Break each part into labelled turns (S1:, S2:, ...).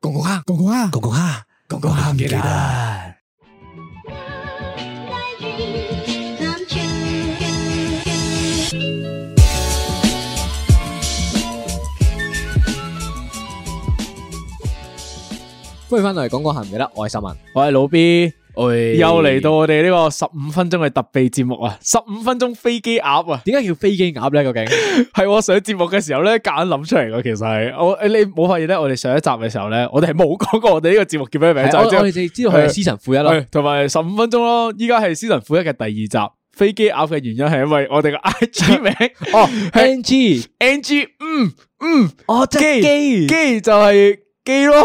S1: 蝦，
S2: 公公啊，
S1: 焗焗蝦，
S2: 公公啊，唔記得。
S3: Come true.
S4: 不如翻嚟講講下唔記得外新聞。
S5: 我係老 B，
S2: 喂
S5: 又嚟到我哋呢個十五分鐘嘅特備節目啊！十五分鐘飛機鴨啊，
S4: 點解叫飛機鴨咧？究竟
S5: 係我上節目嘅時候咧，夾硬諗出嚟嘅。其實係我你冇發現咧，我哋上一集嘅時候咧，我哋係冇講過我哋呢個節目叫咩名，
S4: 係
S5: 就
S4: 我
S5: 係
S4: 我哋就知道佢係
S5: 誒
S4: 司神負一咯。
S5: 係同埋十五分鐘咯。依家係《私人富一》嘅第二集。飛機鴨嘅原因係因為我哋嘅 I G 名
S4: 哦，NG，
S5: NG，嗯嗯，
S4: 哦，即係
S5: 機
S4: 機
S5: 機就係 機咯，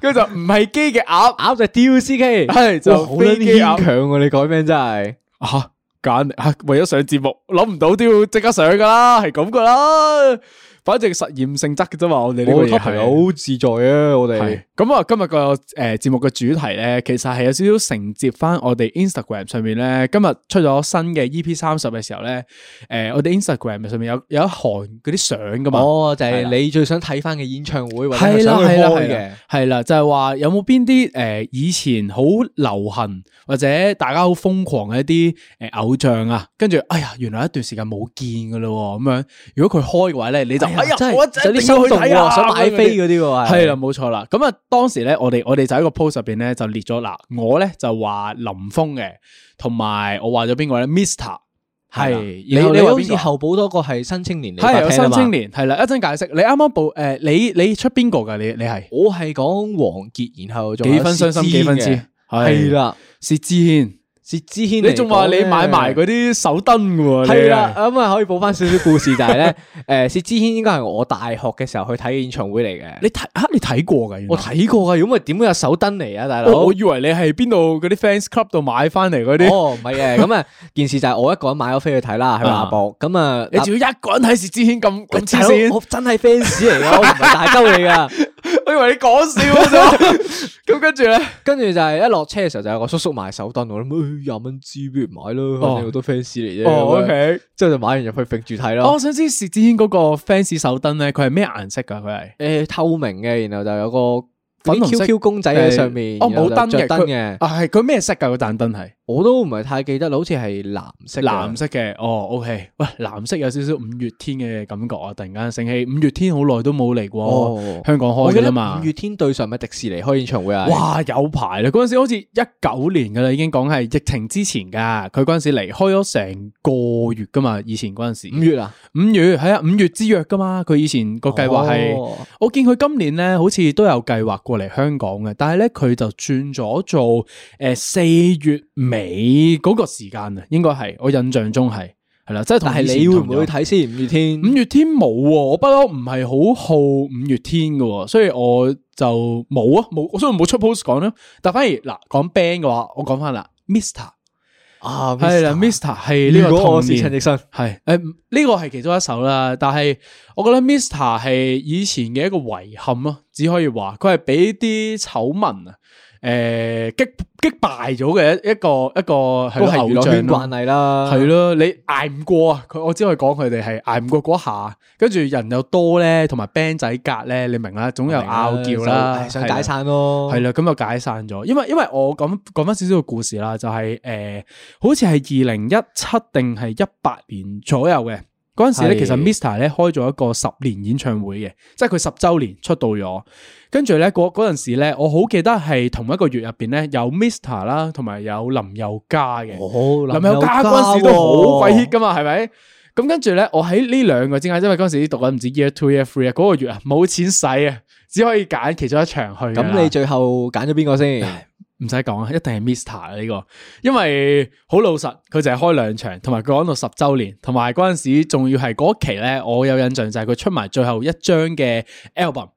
S5: 跟住就唔係機嘅鴨，
S4: 鴨就 DUCK，
S5: 係就
S4: 哇好撚
S5: 飛機鴨
S4: 牽強喎！你改名真係。
S5: 吓揀吓，为咗上節目諗唔到都要即刻上噶啦，係咁噶啦，反正實驗性質嘅啫嘛，我哋呢個
S4: 我
S5: 嘢
S4: topic
S5: 係
S4: 好自在啊！我哋
S5: 係咁啊，今日個诶节目嘅主題咧，其實係有少少承接翻我哋 Instagram 上面咧，今日出咗新嘅 EP 三十嘅時候咧，诶、我哋 Instagram 上面有有一行嗰啲相噶嘛。
S4: 哦，就
S5: 係
S4: 係
S5: 啦
S4: 你最想睇翻嘅演唱會或者
S5: 係
S4: 想
S5: 啦
S4: 去
S5: 係啦
S4: 開
S5: 係
S4: 嘅
S5: 啦，係啦，就係話有冇邊啲誒以前好流行或者大家好瘋狂嘅一啲誒偶像啊，跟住哎呀原來一段時間冇見嘅咯喎咁樣，如果佢開嘅話咧，你就哎呀
S4: 真係
S5: 我
S4: 有
S5: 一
S4: 啲
S5: 定要
S4: 心
S5: 去
S4: 動
S5: 睇啊，
S4: 喎，想買飛嗰啲喎，
S5: 係啦，冇錯啦。咁啊，當時咧，我哋我哋就喺個 post 入邊咧就列咗嗱，我咧就話林峰嘅，同埋我話咗邊個咧，Mr.
S4: 係啦
S5: 係，
S4: 你
S5: 然後
S4: 你
S5: 話
S4: 好
S5: 邊個
S4: 似後補多個係新青年嚟發
S5: 係
S4: 聽
S5: 有
S4: 啊
S5: 新
S4: 嘛
S5: 青年，係啦，一陣解釋。你啱啱報誒，你你出邊個㗎？你你係？
S4: 我係講王傑，然後仲有
S5: 幾分傷
S4: 薛
S5: 心
S4: 之
S5: 幾分
S4: 謙
S5: 痴，
S4: 嘅，係，啦，
S5: 薛之謙，
S4: 薛之謙嚟講呢，
S5: 你仲話你買埋嗰啲手燈嘅喎，
S4: 係
S5: 你
S4: 啦，，咁啊可以補翻少少故事，就係咧， 誒薛之謙應該係我大學嘅時候去睇嘅演唱會嚟嘅，
S5: 你睇吓你睇過㗎？原來
S4: 我睇過㗎，如果唔係點會有手燈嚟啊，大佬？
S5: 我我以為你係邊度嗰啲 fans club 度買翻嚟嗰啲，
S4: 哦，唔係嘅，咁啊件事就係我一個人買咗飛去睇啦，喺亞博，咁啊
S5: 你仲要一個人睇薛之謙咁咁黐
S4: 大佬
S5: 線，
S4: 我真係 fans 嚟噶，我唔係大鳩嚟噶。
S5: 我以為你講笑啫。咁跟住 咧，
S4: 跟住就係一落車嘅時候就有個叔叔賣手燈，我諗哎廿蚊支不如買咯，反正好多 fans 嚟啫。
S5: 哦
S4: 咁樣啊
S5: ，OK，
S4: 之後就買完入去揈住睇
S5: 哦
S4: 咯
S5: 我。想知薛之謙嗰個 fans 手燈咧，佢係咩顏色㗎？佢係
S4: 誒透明嘅，然後就有個
S5: 粉紅色
S4: QQ 公仔喺上面，
S5: 哦冇
S4: 然後就
S5: 燈
S4: 着
S5: 嘅
S4: 燈嘅，
S5: 啊係佢咩色㗎？嗰盞燈係
S4: 我都唔係太記得啦，好似係藍色嘅。
S5: 藍色嘅，哦，OK，喂，藍色有少少五月天嘅感覺啊！突然間醒起，五月天好耐都冇嚟過
S4: 哦
S5: 香港
S4: 我
S5: 開
S4: 記
S5: 嘅
S4: 得
S5: 啦嘛
S4: 五。月天對上咪迪士尼開演唱會啊！
S5: 哇，有排啦！嗰陣時好似一九年噶啦，已經講係疫情之前噶。佢嗰陣時離開咗成個月噶嘛，以前嗰陣
S4: 五
S5: 時
S4: 月啊，
S5: 五月係啊，五月之約噶嘛。佢以前個計劃係，
S4: 哦
S5: 我見佢今年咧好似都有計劃過嚟香港嘅，但係咧佢就轉咗做誒四、月尾嗰個時間啊，應該係我印象中係係啦，即係同
S4: 但係
S5: 以前
S4: 你會唔
S5: 同咗
S4: 會睇先？五月天
S5: 五月天冇喎，我不嬲唔係好好五月天嘅喎，所以我就冇啊，冇，所以冇出 post 講啦。但反而嗱講 band 嘅話，我講翻啦，Mr.
S4: 啊，
S5: 係啦
S4: Mr.
S5: ，Mr. 係呢
S4: 如
S5: 個
S4: 果我
S5: 童
S4: 是
S5: 年
S4: 陳奕迅，
S5: 係誒呢個係其中一首啦，但係我覺得 Mr. 係以前嘅一個遺憾咯，只可以話佢係俾啲醜聞啊誒擊擊敗咗嘅一一個一個係
S4: 都係
S5: 咯
S4: 娛
S5: 偶
S4: 樂
S5: 像
S4: 圈
S5: 咯
S4: 慣例啦。
S5: 係咯，你捱唔過啊！佢我只可以講佢哋係捱唔過嗰下，跟住人又多咧，同埋 band 仔隔咧，你明啦，總有拗撬啦，
S4: 就想解散咯。
S5: 係啦，咁就解散咗。因為因為我咁講翻少少個故事啦，就係、诶，好似係二零一七定係一八年左右嘅嗰陣時
S4: 係
S5: 咧，其實 Mr 咧開咗一個十年演唱會嘅，即係佢十週年出道咗。跟住咧嗰嗰陣時咧，我好記得係同一個月入邊咧有 Mr 啦，同埋有林宥嘉嘅。
S4: 哦，
S5: 林宥嘉嗰陣時都好鬼 hit 噶嘛，係咪？咁跟住咧，我喺呢兩個之間，因為嗰陣時讀緊唔止 year two year three 啊，嗰個月啊冇錢使啊，只可以揀其中一場去㗎啦。
S4: 咁你最後揀咗邊個先？
S5: 唔使講啊，一定係 Mr 啊呢個，因為好老實，佢就係開兩場，同埋佢講到十週年，同埋嗰陣時仲要係嗰期咧，我有印象就係佢出埋最後一張嘅 album，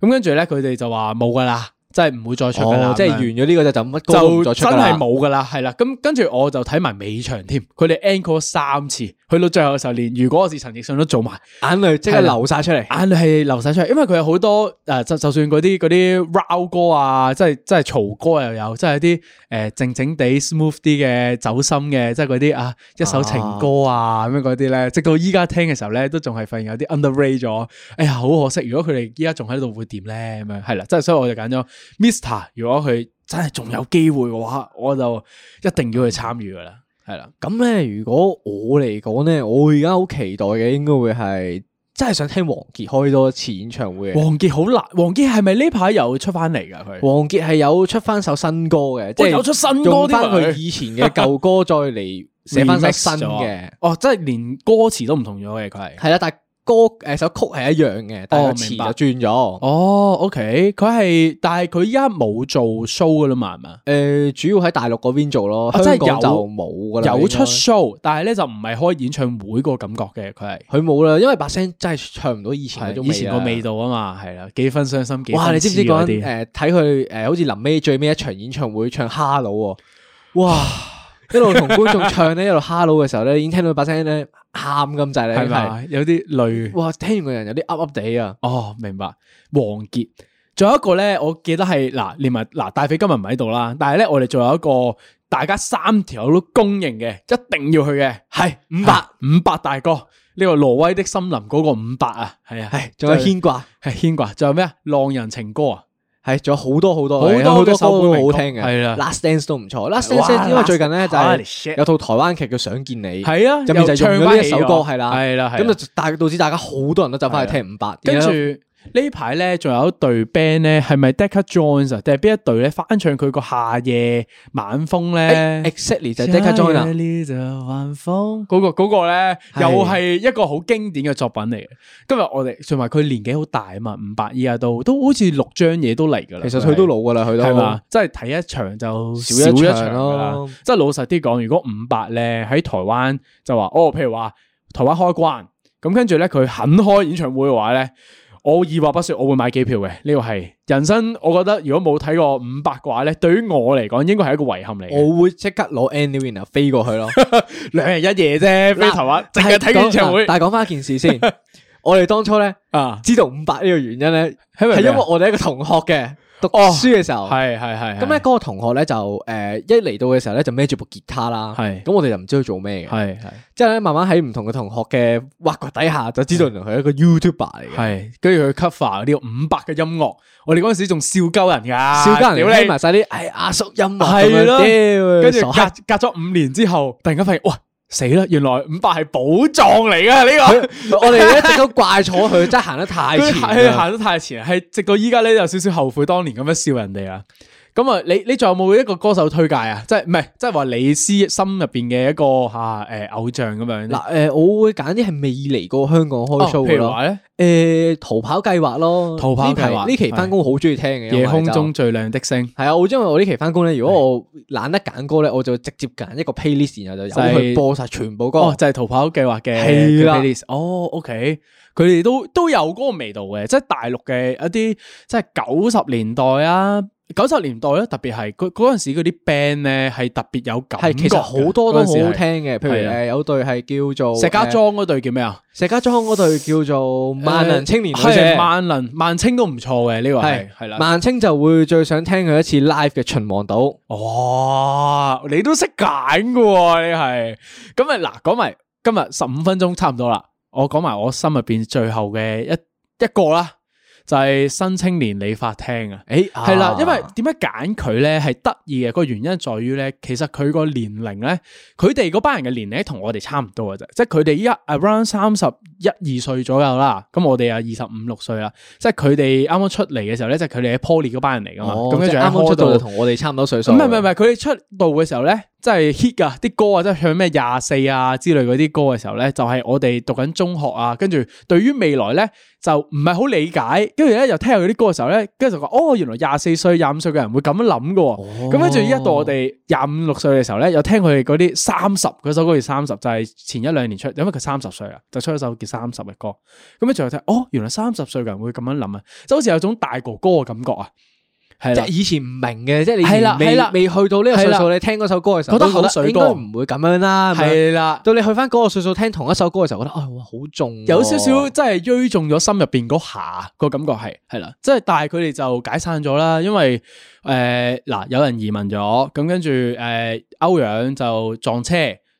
S5: 咁跟住咧佢哋就話冇噶啦，即真係唔會再出噶啦。
S4: 哦，即係
S5: 咁樣
S4: 完咗呢個就就乜歌都唔
S5: 就
S4: 再出
S5: 真
S4: 㗎啦
S5: 係冇噶啦，係啦。咁跟住我就睇埋尾場添，佢哋 encore 三次，去到最後嘅時候，連如果我是陳奕迅都做埋，
S4: 眼淚即刻
S5: 係啦
S4: 流晒出嚟。
S5: 眼淚係流晒出嚟，因為佢有好多誒、呃就就算嗰啲嗰啲 row 歌啊，即係即係嘈歌又有，即係啲誒靜靜地 smooth 啲嘅走心嘅，即係嗰啲啊一首情歌啊咁樣嗰啲咧，直到依家聽嘅時候咧，都仲係發現有啲 underrate 咗。哎呀，好可惜，如果佢哋依家仲喺度會點咧咁樣？係啦，即係所以我就揀咗 Mr. 如果佢真係仲有機會嘅話，我就一定要去參與噶啦。係啦，
S4: 咁咧，如果我嚟講咧，我而家好期待嘅應該會係真係想聽王傑開多次演唱會嘅。
S5: 王傑好難，王傑係咪呢排又出翻嚟㗎佢？
S4: 王傑係有出翻首新歌嘅，即
S5: 我
S4: 係
S5: 有出新歌
S4: 用
S5: 添啊
S4: 翻佢
S5: 佢
S4: 以前嘅舊歌再嚟寫翻首
S5: Remix
S4: 新 嘅
S5: 咗。哦，即係連歌詞都唔同咗嘅佢係。
S4: 係啦，但係歌誒首曲係一樣嘅，但係
S5: 哦
S4: 個詞
S5: 明白
S4: 就轉咗。
S5: 哦，OK，佢係，但係佢依家冇做 show 噶啦嘛，係嘛？
S4: 誒，主要喺大陸嗰邊做咯，
S5: 哦
S4: 香
S5: 即係有
S4: 港就冇噶啦。
S5: 有
S4: 應
S5: 出
S4: 該
S5: show，但係咧就唔係開演唱會個感覺嘅，佢係
S4: 佢冇啦，因為把聲真係唱唔到以前嗰
S5: 係
S4: 種
S5: 以前個味
S4: 道。
S5: 道啊嘛，係啦，幾分傷心幾分
S4: 哇！你知唔知
S5: 痴嗰
S4: 嗰啊陣
S5: 啲
S4: 誒睇佢誒好似臨尾最尾一場演唱會唱 Hello 喎， 哇！一路同觀眾唱咧，一路 Hello 嘅時候咧，已經聽到佢把聲咧喊咁滯啦，
S5: 係
S4: 已經係
S5: 咪有啲淚？
S4: 哇！聽完個人有啲噏噏地啊，
S5: 哦，明白。王傑，仲有一個咧，我記得係嗱，連埋嗱，大肥今日唔喺度啦，但係咧，我哋仲有一個大家三條友都公認嘅，一定要去嘅，係五百五百大哥呢個挪威的森林嗰個五百啊，係啊，係
S4: 仲有牽掛，
S5: 係牽掛，仲有咩啊？浪人情歌啊，
S4: 係仲有好多好多
S5: 好多
S4: 嘅有好多
S5: 嘅首
S4: 首歌
S5: 本
S4: 好
S5: 名
S4: 好
S5: 曲
S4: 聽嘅，
S5: 係啦
S4: Last Dance 都唔錯，Last
S5: 哇
S4: Dance 因為
S5: Last-
S4: 最近咧就
S5: Holy shit
S4: 係有套台灣劇叫《想見你》，
S5: 係啊，
S4: 入面就
S5: 又
S4: 用
S5: 唱
S4: 咗
S5: 翻
S4: 呢一
S5: 起
S4: 首
S5: 咗
S4: 歌係啦，
S5: 係啦，係啦
S4: 咁就大導致大家好多人都走翻去
S5: 係啦
S4: 聽五百，
S5: 跟
S4: 然後
S5: 住呢排咧，仲有一隊 band 咧，係咪 Decca Joins 啊？定係邊一隊咧翻唱佢個夏夜晚風咧？
S4: 哎 exactly 就 Decca Join 啦。
S5: 呢就晚風啊嗰個嗰個咧，
S4: 係
S5: 又係一個好經典嘅作品嚟嘅。今日我哋仲埋佢年紀好大啊嘛，五百依家都都好似六張嘢都嚟噶啦。
S4: 其實佢都
S5: 係
S4: 老噶啦，佢都
S5: 係嘛，即係睇一場就
S4: 少
S5: 少
S4: 一
S5: 一
S4: 場
S5: 場
S4: 咯
S5: 噶啦。即係老實啲講，如果五百咧喺台灣就話哦，譬如話台灣開關，咁跟住咧佢肯開演唱會嘅話咧，我二話不說，我會買機票嘅。呢個係人生，我覺得如果冇睇過五百嘅話咧，對於我嚟講應該係一個遺憾嚟嘅。
S4: 我會即刻攞 a n y w i n 啊飛過去咯。
S5: 兩哦日一夜啫，飛台灣淨係睇演唱會
S4: 但係講翻一件事 先，我哋當初咧
S5: 啊，
S4: 知道五百呢個原因咧，
S5: 係咪
S4: 係因為
S5: 咩啊
S4: 我哋一個同學嘅讀
S5: 哦
S4: 書嘅時候。
S5: 係係係
S4: 咁咧，嗰個同學咧就誒、一嚟到嘅時候咧就孭住部吉他啦，
S5: 係
S4: 咁我哋就唔知佢做咩嘅。
S5: 係係
S4: 之後咧，慢慢喺唔同嘅同學嘅挖掘底下，就知道原來佢係一個 YouTuber 嚟嘅。
S5: 係，跟住佢 cover 呢個五百嘅音樂，我哋嗰陣時仲笑鳩人㗎，
S4: 笑家
S5: 啊屌
S4: 人
S5: 你
S4: 聽埋晒啲誒阿叔音樂咁
S5: 係
S4: 樣，
S5: 咯
S4: 屌
S5: 跟住
S4: 傻
S5: 隔
S4: 閪
S5: 隔咗五年之後，突然間發現，哇死啦！原來五百係寶藏嚟噶呢
S4: 我哋一直都怪錯佢，真係行得
S5: 個，
S4: 太
S5: 佢
S4: 前
S5: 係
S4: 啦。
S5: 行得太前，啊係直到依家咧有少少後悔當年咁樣笑人哋啊！咁啊，你你仲有冇一個歌手推介啊？即係唔係即係話你私心入邊嘅一個吓誒偶像咁樣
S4: 嗱，誒，我會揀啲係未嚟過香港開
S5: 哦
S4: show
S5: 譬
S4: 嘅
S5: 如
S4: 咯。
S5: 話咧
S4: 誒，呃逃跑計劃咯，
S5: 逃跑計劃
S4: 呢期呢期翻工好中意聽嘅。
S5: 《夜空中最亮的星》
S4: 係啊，我因為我呢期翻工咧，如果我懶得揀歌咧，我就直接揀一個 playlist，然後就由
S5: 就
S4: 佢
S5: 係
S4: 播晒全部歌。
S5: 哦，就係逃跑計劃嘅
S4: 係啦
S5: 嘅 playlist 哦，OK，佢哋都都有嗰個味道嘅，即係大陸嘅一啲即係九十年代啊，九十年代咧，特別係嗰嗰陣時嗰啲 band 咧係特別有感覺
S4: 係，
S5: 嘅，
S4: 其實好多都好好
S5: 嗰陣時係
S4: 聽。嘅，譬如
S5: 係啊
S4: 誒有隊係叫做
S5: 石家
S4: 誒
S5: 莊嗰隊叫咩啊？
S4: 石家莊嗰隊叫做萬能青年旅
S5: 係
S4: 社，
S5: 萬能萬青都唔錯嘅呢個係係啦。
S4: 萬青就會最想聽佢一次 live 嘅秦皇島。
S5: 哦，你都識揀噶喎，你係咁啊嗱，講埋今日十五分鐘差唔多啦，我講埋我心入邊最後嘅一一個啦，就係、新青年理髮廳啊。
S4: 誒
S5: 係啦，因為點解揀佢咧係得意嘅個原因在於咧，其實佢個年齡咧，佢哋嗰班人嘅年齡同我哋差唔多嘅啫，即係佢哋依家 around 三十一二歲左右啦，咁我哋啊二十五六歲啦，即係佢哋啱啱出嚟嘅時候咧，就係佢哋喺 poly 嗰班人嚟噶嘛，
S4: 哦
S5: 咁跟
S4: 即
S5: 住
S4: 係
S5: 喺
S4: 啱啱
S5: hall
S4: 出道
S5: 度
S4: 就同我哋差唔多歲數。
S5: 唔係唔係唔係，佢哋出道嘅時候咧，即係 hit 噶啲歌啊，即係唱咩廿四啊之類嗰啲歌嘅時候咧，就係、我哋讀緊中學啊，跟住對於未來咧就唔係好理解，跟住咧又聽佢啲歌嘅時候咧，跟住就話哦，原來廿四歲、廿五歲嘅人會咁樣諗噶
S4: 哦
S5: 喎。咁跟住依家到我哋廿五六歲嘅時候咧，又聽佢哋嗰啲三十嗰首歌叫三十，就係前一兩年出，因為佢三十歲啦，啊就出咗首叫三十嘅歌。咁跟住又聽，哦，原來三十歲嘅人會咁樣諗啊，就好似有種大哥哥嘅感覺啊！係
S4: 即
S5: 啦
S4: 係以前唔明嘅，即係你
S5: 係啦
S4: 未
S5: 係啦
S4: 未去到呢個歲
S5: 係
S4: 數，
S5: 啦
S4: 你聽嗰首歌嘅時候，
S5: 覺得
S4: 都
S5: 口水
S4: 應
S5: 歌
S4: 該唔會咁樣啦。咁樣
S5: 系啦，
S4: 到你去翻嗰個歲數聽同一首歌嘅時候，覺得哎哇好重喎，
S5: 有少
S4: 哦
S5: 少真係追中咗心入邊嗰下個感覺係係啦，即係但係佢哋就解散咗啦，因為誒嗱、有人移民咗，咁跟住誒歐陽就撞車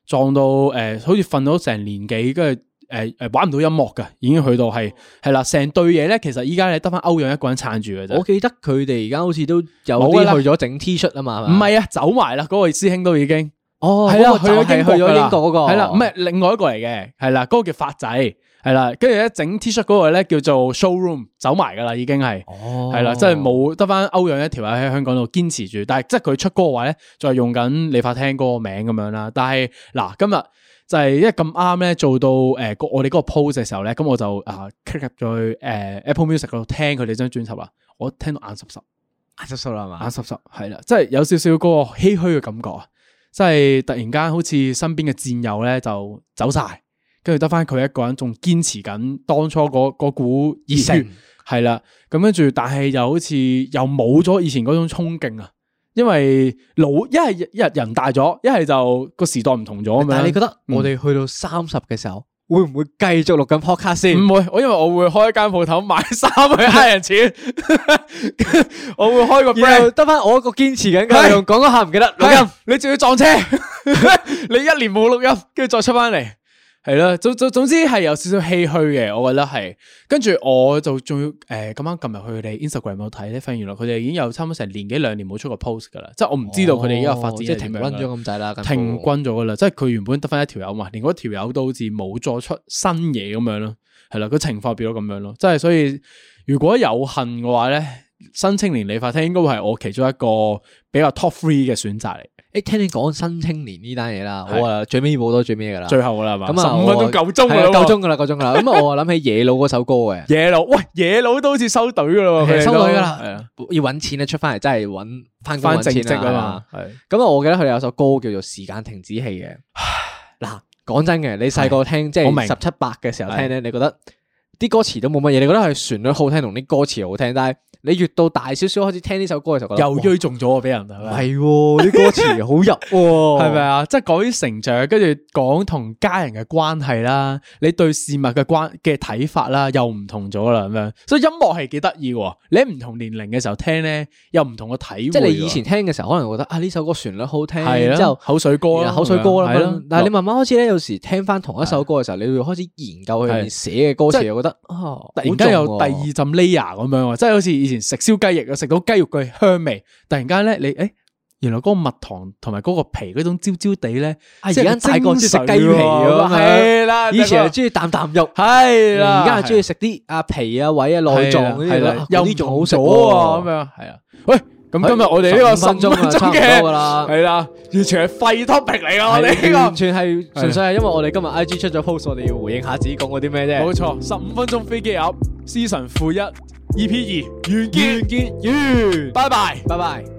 S5: 撞到誒、呃好似瞓咗成年幾，跟住。誒誒玩唔到音樂嘅，已經去到係係啦，成隊嘢咧，其實依家你得翻歐陽一個人撐住嘅啫
S4: 我。記得佢哋而家好似都有
S5: 冇㗎啦
S4: 啲去咗整 T 恤啊嘛，係
S5: 唔
S4: 咪
S5: 係啊，走埋啦，嗰、個師兄都已經。
S4: 哦，
S5: 係啦，
S4: 嗰個就係去
S5: 國㗎
S4: 咗
S5: 啦
S4: 英國嗰個，
S5: 係啦，唔係另外一個嚟嘅，係啦，嗰個叫法仔，係啦，跟住咧整 T 恤嗰個咧叫做 showroom，走埋噶啦，已經係。
S4: 哦，
S5: 係啦，即係冇得翻歐陽一條友喺香港度堅持住，但係即係佢出歌嘅話咧，就係用緊理髮廳嗰個名咁樣啦。但係嗱，今日就係因為咁啱咧，做到誒、呃、個我哋嗰個 post 嘅時候咧，咁我就啊 click 入咗去誒、呃 Apple Music 嗰度聽佢哋張專輯啦，我聽到眼濕濕。
S4: 眼濕濕啦係
S5: 眼
S4: 嘛，
S5: 濕濕，係啦，即係有少少嗰個唏噓嘅感覺啊！即係突然間好似身邊嘅戰友咧就走晒，跟住得翻佢一個人仲堅持緊當初嗰嗰股熱
S4: 熱
S5: 血
S4: 誠，
S5: 係啦，咁跟住但係又好似又冇咗以前嗰種衝勁啊！因為老一係一係人大咗，一係就個時代唔同咗咁
S4: 但係你覺
S5: 樣。
S4: 得我哋去到三十嘅時候，會唔會繼續錄緊 podcast 先？
S5: 唔會，我因為我會開一間鋪頭賣衫去呃人錢， 我會開個 brand
S4: 然。後得翻我一個堅持緊
S5: 係
S4: 嘅，用講嗰下唔記得錄
S5: 錄
S4: 音
S5: 音，，啊你仲要撞車， 你一年冇錄音，跟住再出翻嚟，係啦，總總總之係有少少唏噓嘅，我覺得係。跟住我就仲要誒咁啱撳入去佢哋 Instagram 度睇咧，發現原來佢哋已經有差唔多成年幾兩年冇出過 post 噶啦，即係我唔知道佢哋而家發展
S4: 哦即係停
S5: 均
S4: 均咗咁滯啦，近乎
S5: 停均咗噶啦，即係佢原本得翻一條友嘛，連嗰條友都好似冇再出新嘢咁樣咯，係啦，個情況變咗咁樣咯，即係所以如果有幸嘅話咧，新青年理髮廳應該會係我其中一個比較 top three 嘅選擇嚟，
S4: 誒，聽你講新青年呢單嘢啦，
S5: 係
S4: 我啊最尾冇多最尾噶啦，
S5: 最後噶啦係嘛，
S4: 咁啊
S5: 十五分鐘夠鐘
S4: 係啊
S5: 啦，
S4: 夠鐘噶啦，夠鐘噶 啦。咁啊，我啊諗起野佬嗰首歌嘅，
S5: 野佬，喂野佬都好似收隊噶啦喎，佢哋
S4: 收
S5: 都
S4: 女噶，
S5: 係啊
S4: 啦，要揾錢咧出翻嚟，真係揾翻工
S5: 翻正
S4: 揾
S5: 職
S4: 錢
S5: 啊
S4: 啦
S5: 嘛。，係
S4: 咁啊，我記得佢哋有首歌叫做《時間停止器》 嘅。嗱，講真嘅，你細個聽即
S5: 我明
S4: 係十七八嘅時候聽咧，你覺得啲歌詞都冇乜嘢，你覺得係旋律好聽同啲歌詞好聽，但係你越到大少少開始聽呢首歌嘅時候，覺得
S5: 又追中咗我俾人係
S4: 哇唔係喎啲歌詞好入 喎，
S5: 係咪？啊？即係講啲成長，跟住講同家人嘅關係啦，你對事物嘅關嘅睇法啦，又唔同咗啦咁樣。所以音樂係幾得意喎，你喺唔同年齡嘅時候聽咧，有唔同嘅體會喎。
S4: 即係你以前聽嘅時候，可能覺得啊呢首歌旋律好聽，
S5: 係啦，
S4: 之後
S5: 口水歌啦，
S4: 口水歌啦
S5: 係
S4: 咁
S5: 啦
S4: 樣，。但係你慢慢開始咧，有時聽翻同一首歌嘅時候，你會開始研究佢入面寫嘅歌
S5: 係
S4: 詞，又覺得哦，
S5: 突然間有
S4: 好
S5: 第
S4: 重
S5: 二
S4: 喎
S5: 陣 layer 咁樣喎，即係好似以前食燒雞翼，食到雞肉嘅香味，突然間咧你誒。原來嗰個蜜糖同埋嗰個皮嗰種焦焦地咧，
S4: 啊而家大個中意食雞皮
S5: 喎，
S4: 喎，
S5: 係啦，
S4: 以前係
S5: 係
S4: 中意啖啖肉，
S5: 係啦，
S4: 而家係中
S5: 意。
S4: 意食啲啊皮啊位啊內臟嗰啲，
S5: 係
S4: 覺
S5: 啦
S4: 得啊
S5: 又
S4: 呢仲好食
S5: 咗啊，咁
S4: 喎。
S5: 樣係啊。喂，咁今日我哋呢個
S4: 15分
S5: 鐘
S4: 鐘啊， 差唔
S5: 嘅
S4: 多㗎啦。
S5: 係啦，完全係廢 topic 嚟噶，我哋
S4: 係
S5: 呢
S4: 完全係純粹係因為我哋今日 I G 出咗 post，我哋要回應下自己講嗰啲咩
S5: 個
S4: 啫。
S5: 冇錯，十五分鐘飛機鴨 season 負一 EP，E 二完結，
S4: 完結完，
S5: 拜拜。
S4: 拜拜。